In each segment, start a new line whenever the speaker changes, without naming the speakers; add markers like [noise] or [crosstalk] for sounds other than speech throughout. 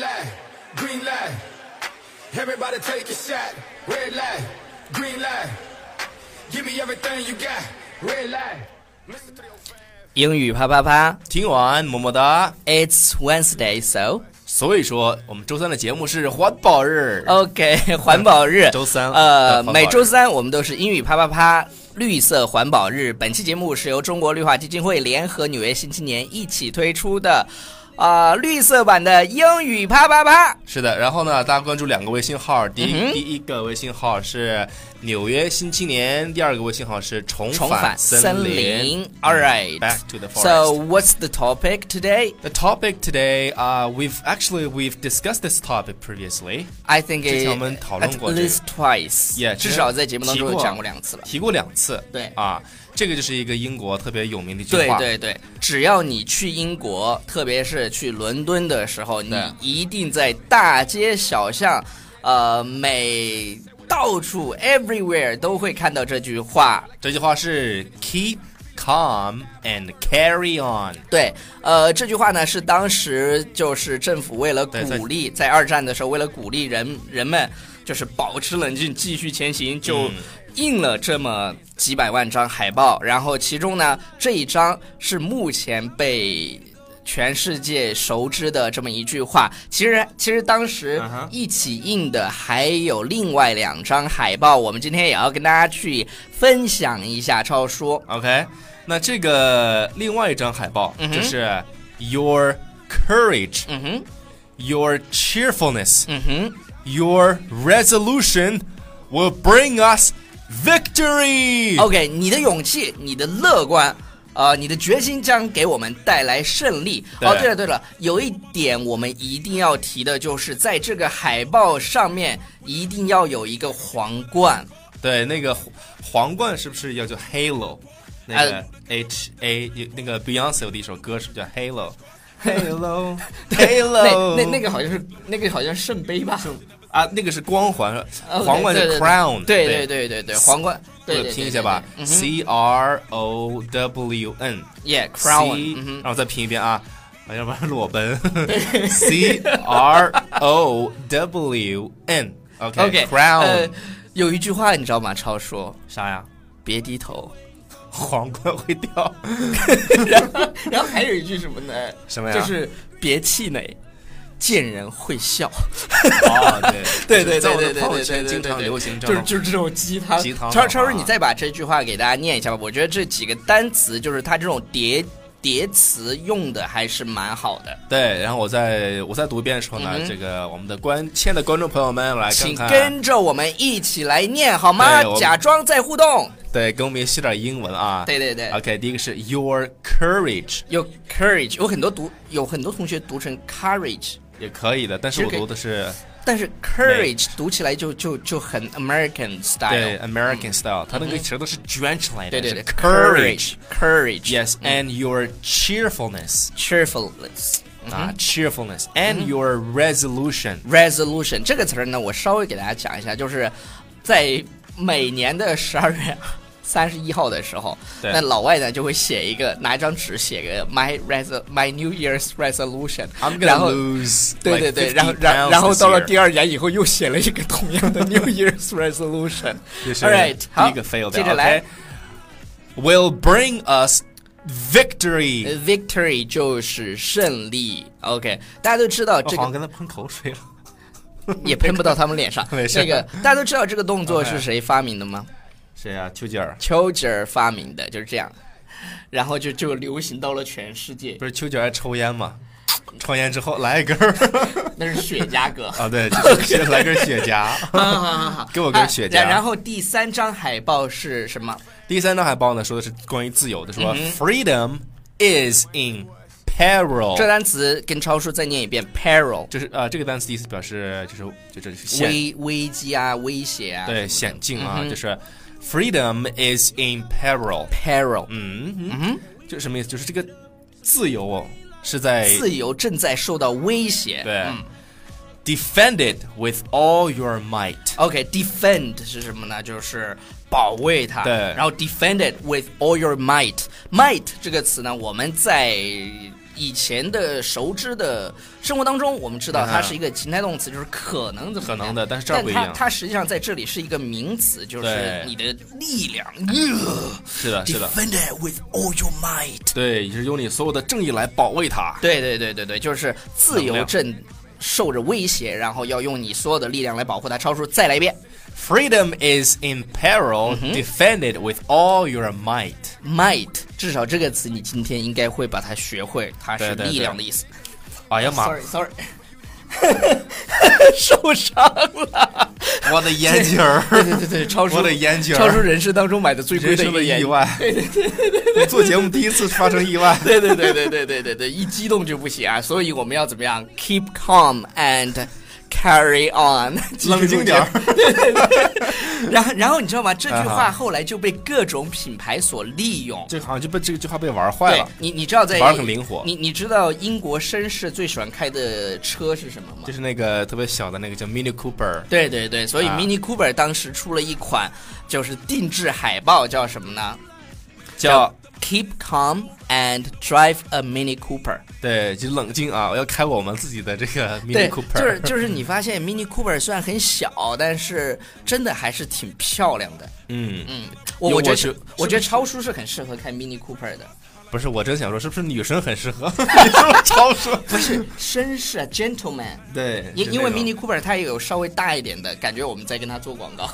light, green light. Everybody take a shot. Red light, green light. Give me everything you got. Red light.
英语啪啪啪
听完么么哒。
，It's Wednesday, so
所以说，我们周三的节目是环保日。
哦 OK，环 [laughs] 保日，
[laughs] 周三
呃，
环保日
每周三我们都是英语啪啪啪。绿色环保日，本期节目是由中国绿化基金会联合纽约新青年一起推出的，啊、绿色版的英语啪啪啪。
是的，然后呢，大家关注两个微信号，第一、
嗯哼
第一个微信号是纽约新青年，第二个微信号是重
重返森
森
林。All right.
Back to the forest.
So what's the topic today?
The topic today, uh, we've actually we've discussed this topic previously.
I think
之
it,
前我们讨论
at
过这个
least twice.
Yeah，
至少在节目当中
提
有
过
讲过两次了。
提过两次。
对
啊，这个就是一个英国特别有名的一句
对
话。
对对，只要你去英国，特别是去伦敦的时候，你
对
一定在大街小巷，呃，每到处 everywhere 都会看到这句话。
这句话是 Keep calm and carry on。
对，呃，这句话呢是当时就是政府为了
对在
鼓励，在二战的时候，为了鼓励人人们就是保持冷静，继续前行，就
嗯
印了这么几百万张海报。然后其中呢，这一张是目前被。全世界熟知的这么一句话，其实其实当时
嗯哼
一起印的还有另外两张海报，我们今天也要跟大家去分享一下。超说，
OK，那这个另外一张海报
嗯哼
就是 Your courage,
嗯哼，
your cheerfulness,
嗯哼。
your resolution will bring us victory。
[laughs] OK，你的勇气，你的乐观。呃，你的决心将给我们带来胜利。
对
哦，对了对了，有一点我们一定要提的就是，在这个海报上面一定要有一个皇冠。
对，那个皇皇冠是不是要叫 Halo？那个 H A 那个 Beyonce 有的一首歌是不是叫 [laughs] Halo？Halo，Halo，
那那那个好像是那个好像是圣杯吧？
啊，那个是光环，
OK，
皇冠
对对
是
对
Crown，
对
对
对对对对，皇冠。对对对对
拼一下吧
嗯哼
，C R O W N。
，Yeah，crown。
C，
嗯哼
让我再拼一遍啊，啊要不然
[laughs]
裸奔。C R O W N。
OK，呃
OK，Crown，
有一句话你知道吗？超说，
啥呀？
别低头。
皇冠会
[laughs]
掉。哦
然后，然后还有一句什么呢？
什么呀
就是别气馁，见人会笑。
哦，
[laughs]
对
对对
在
对
我的
对对
朋友
对
圈
对，
经常
对
流行这
就是
种。
就是这种鸡汤。啊
鸡汤
超
文
超
化
叔，你再把这句话给大家念一下吧。我觉得这几个单词就是它这种叠叠词用的还是蛮好的，
对，然后我再我再读一遍的时候呢
嗯，哼
这个我们的观亲爱的观众朋友们来看
请
看，啊
跟着我们一起来念好吗
对我？们
假装在互动。
对，跟我们一起学点英文啊。
对对对
OK，第一个是 Your courage
有 courage，有很多读有很多同学读成 courage，
也可以的，但是
其实
我
可以
读的是
但是 courage 读起来就就就很 American style
对。American
Mm-hmm.
style，它那个词都是卷起来的。
对对嗯对
是 courage。
courage Mm-hmm.
Yes, and your cheerfulness
cheerfulness
啊，cheerfulness and
Mm-hmm.
your resolution，
resolution 这个词儿呢，我稍微给大家讲一下，就是在每年的十二月三十一号的时候，
对
那老外呢就会写一个，拿一张纸写个 my res my New Year's resolution，
I'm
然
gonna
后。
lose
对对对，
like 50
然后然
pounds
然后
this
到了
year
第二年以后，又写了一个同样的 New Year's resolution。
就是
All right，好，
第一个 fail
接
掉
着来
OK，will bring us victory。
，victory 就是胜利。OK，大家都知道
我
这
好
个
像跟他喷口水了。
[laughs] 也喷不到他们脸上。
[laughs] 没事
那个大家都知道这个动作
OK
是谁发明的吗？
谁啊？丘吉尔？
丘吉尔发明的，就是这样，然后就就流行到了全世界，
不是丘吉尔爱抽烟吗？抽烟之后来
[laughs]
一根儿。
那是雪茄哥
[laughs] 啊，对，就是先来根雪茄。
好好好好，
给我根雪茄哦
啊然然后第三张海报是什么？
第三张海报呢，说的是关于自由的，说
嗯
freedom is in peril。
这单词跟超叔再念一遍，peril，
就是啊，呃这个单词的意思表示就是就是险
危危机啊，威胁啊。
对险境啊，
嗯哼
就是 freedom is in peril。
，peril，
嗯，
嗯哼，
就是什么意思？就是这个自由哦是在
自由正在受到威胁。
对、
嗯
defended with all your might。
哦 OK，defend 是什么呢？就是保卫它。
对
然后 defend it with all your might。might 这个词呢，我们在以前的熟知的生活当中，我们知道
嗯
它是一个情态动词，就是可能怎么
可能
样
的，但是这儿
但
不一
它
样，
它实际上在这里是一个名词，就是
对
你的力量。呃
是的，是的，
Defend it with all your might。
对，你是用你所有的正义来保卫它。
对对对对对，就是自由阵受着威胁，然后要用你所有的力量来保护它。超叔，再来一遍
Freedom is in peril.
嗯
Defend it with all your might.
，might。至少这个词你今天应该会把它学会，它是
对对对
力量的意思。
哎呀妈！
Sorry，Sorry，受伤了。 [laughs]
我的眼睛儿，
对对对对，超叔
我的眼睛儿
超叔人生当中买的最贵
人
的一
生
个
的
眼
意外。我做节目第一次发生意外。
对对对对对对对对，一激动就不行啊！所以我们要怎么样？Keep calm and carry on，
冷静点儿
对对对。然后，然后你知道吗？这句
啊
话后来就被各种品牌所利用。
这好像就被这个句话被玩坏
对
了，，
你你知道在
玩儿很灵活
你你知道英国绅士最喜欢开的车是什么吗
就？是那个特别小的那个叫 Mini Cooper，
对对对，所以
啊
Mini Cooper 当时出了一款就是定制海报，叫什么呢？
叫
Keep calm and drive a Mini Cooper。
对，就冷静啊！我要开我们自己的这个 Mini
对，
Cooper，
就是就是你发现 Mini Cooper 虽然很小，但是真的还是挺漂亮的。
嗯，
嗯，我
有
我觉得
我觉
我觉得超叔是很适合开 Mini Cooper
[laughs]
的，
不是，我真想说，是不是女生很适合？ [laughs] 你说我超说，
不是绅士啊，gentleman。
对，
因
就
因为
那种
Mini Cooper 它也有稍微大一点的感觉，我们在跟他做广告。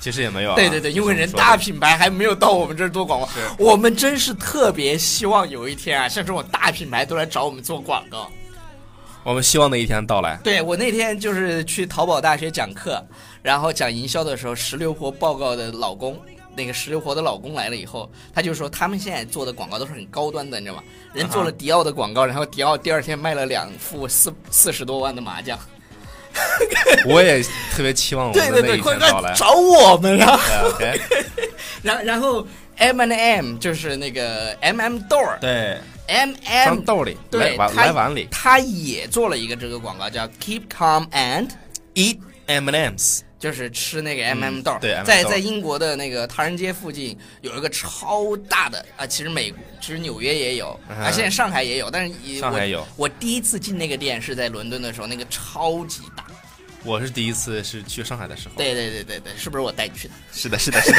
其实也没有啊，
对对对，因为人大品牌还没有到我们这儿做广告，我们真是特别希望有一天啊，像这种大品牌都来找我们做广告。
我们希望的一天到来。 [laughs]
对我那天就是去淘宝大学讲课，然后讲营销的时候，石榴婆报告的老公，那个石榴婆的老公来了以后，他就说他们现在做的广告都是很高端的，你知道吗？人做了迪奥的广告，然后迪奥第二天卖了两副四四十多万的麻将。
我也特别期望我
对
们
对
的那
对，
一
快
天
快
到来。
找我们
[laughs]
啊！
对，OK，
[laughs] 然然后 M and M 就是那个 M M Door
对，
M
当
M
道理，来
对，
碗
他
来碗里
他也做了一个这个广告，叫 Keep Calm and。
，Eat M&Ms，
就是吃那个 M、m 豆儿，
对 M&M
在
豆儿
在英国的那个唐人街附近有一个超大的啊，其实美国其实纽约也有、
嗯
啊，现在上海也有，但是以
上海
我
有
我第一次进那个店是在伦敦的时候，那个超级大，
我是第一次是去上海的时候，，
对对对对对，是不是我带你去的？
是的，是的，是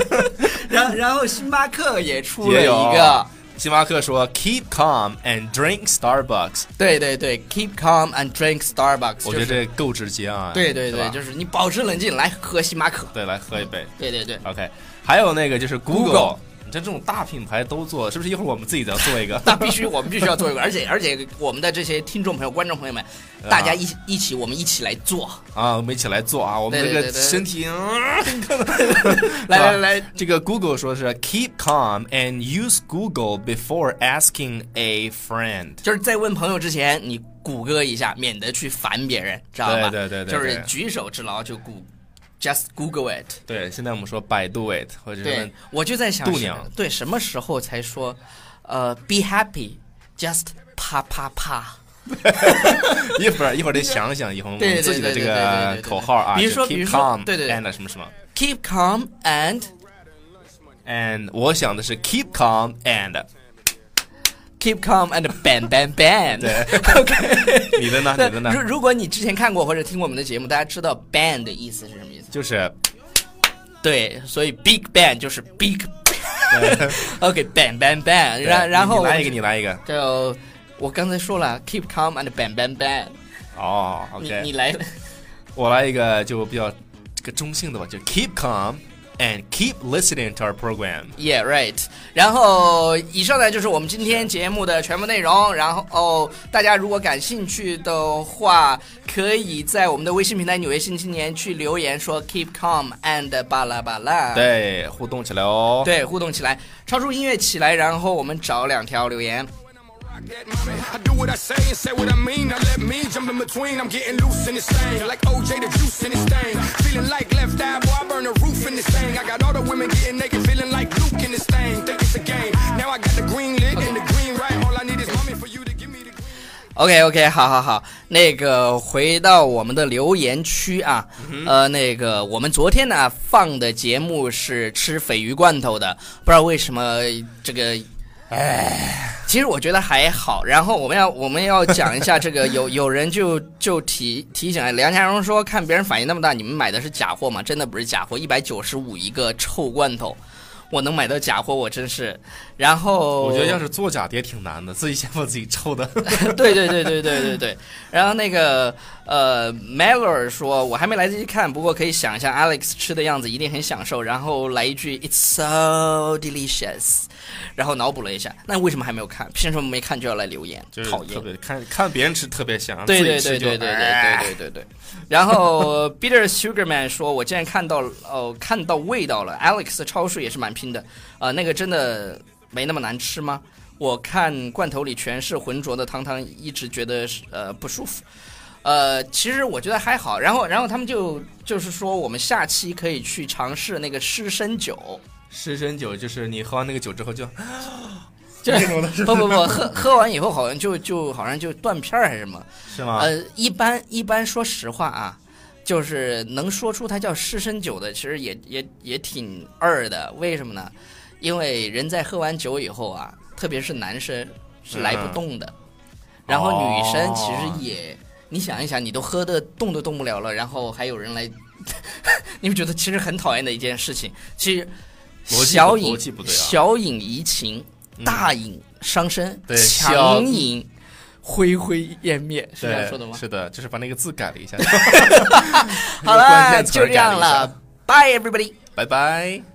[laughs] 的，
然后然后星巴克也出了
也
一
有
个，。
星巴克说：“Keep calm and drink Starbucks。
对对对，Keep calm and drink Starbucks，”
我觉得
就是
这够直接啊！
对对
吧
对，就是你保持冷静来喝星巴克，
对，来喝一杯。
对
[laughs]
对对，
OK，还有那个就是
Google。
Google，你这这种大品牌都做，是不是？一会儿我们自己再做一个
[laughs] 那必须，我们必须要做一个，而且而且我们的这些听众朋友、观众朋友们，
啊
大家一起一起，我们一起来做，
[laughs] 啊，我们一起来做啊！我们
对
这
对
个
对对
身体，
来 [laughs] 来
[laughs] 是吧
来来，
这个 Google 说是 keep calm and use Google before asking a friend。
就是在问朋友之前，你谷歌一下，免得去烦别人，知道吧？
对对对对
就是
对
举手之劳就谷，just Google it。
对，现在我们说百度 it 或者
对
是，
我就在想，
度娘
对什么时候才说，呃，be happy，just 啪啪啪。
一会儿一会儿得想想以后我
对对
们自己的
对
这
对对对
个
对对
口号啊，
比如
就
说比
keep
如说
calm
对对对
and 什么什么。
Keep calm and
and 我想的是 keep calm and
keep calm and ban ban ban。
[laughs] 对
[laughs] ，OK。
[laughs] 你的呢？你的呢
如？如果你之前看过或者听过我们的节目，大家知道 ban 的意思是什么意思？
就是
对，所以 big ban 就是 big [laughs] ban。OK ban ban ban，
对
然然后
你
我
来
们
一个，你来一个
就我刚才说了，keep calm and ban ban ban。
哦
你
，OK，
你来，
我来一个就比较这个中性的吧，就 keep calm and keep listening to our program。
Yeah, right。然后以上呢就是我们今天节目的全部内容。然后、哦、大家如果感兴趣的话，可以在我们的微信平台《纽约新青年》去留言说 “keep calm and 巴拉巴拉”。
对，互动起来哦。
对，互动起来，超出音乐起来，然后我们找两条留言。
rock that mommy. I do what I say and say what I mean. Now let me jump in between. I'm getting loose in this thing. Like OJ, the juice in this thing. Feeling like left eye, boy, I burn the roof in this thing. I got all the women getting naked, feeling like Luke in this thing. Think it's a game. Now I got the green lit and the green right. All I need is mommy for you to give me the green.
OK OK，好好好，那个回到我们的留言区啊，
嗯
呃，那个我们昨天呢放的节目是吃鲱鱼罐头的，不知道为什么这个其实我觉得还好。然后我们要我们要讲一下这
[laughs]
个，有有人就就提提醒梁家荣说，看别人反应那么大，你们买的是假货吗？真的不是假货，一百九十五一个臭罐头，我能买到假货，我真是。然后
我觉得要是做假的也挺难的，自己先把自己臭的。
[laughs] 对对对对对对对。然后那个呃 m e l l e r 说，我还没来得及看，不过可以想一下 Alex 吃的样子，一定很享受。然后来一句 It's so delicious，然后脑补了一下，那为什么还没有看？凭什么没看就要来留言？
就是
讨
特
厌。
别看看别人吃特别香，
对
自
对
己吃
对
就
对对对
哎
对对对对。然后 Peter Sugarman 说：“我竟然看到了哦，看到味道了。Alex 超市也是蛮拼的，呃，那个真的没那么难吃吗？我看罐头里全是浑浊的汤汤，一直觉得是呃不舒服。呃，其实我觉得还好。然后，然后他们就就是说，我们下期可以去尝试那个湿身
[laughs]
酒。”
湿身酒就是你喝完那个酒之后就
就
那种的是
不不不，喝喝完以后好像就就好像就断片儿还是什么，
是吗？
呃，一般一般，说实话啊，就是能说出它叫湿身酒的，其实也也也挺二的。为什么呢？因为人在喝完酒以后啊，特别是男生是来不动的，
嗯
然后女生其
哦
实也，你想一想，你都喝的动都动不了了，然后还有人来， [laughs] 你不觉得其实很讨厌的一件事情？其实
逻辑不
小饮、
逻辑不对啊嗯
小饮怡情，大饮伤身，
对小
强饮。灰灰烟灭是这样
对，
说的吗？
是的，就是把那个字改了一下。 [laughs]
好
关
了，
键词
就
儿
这
改了
样
一下
了，Bye everybody。
拜拜。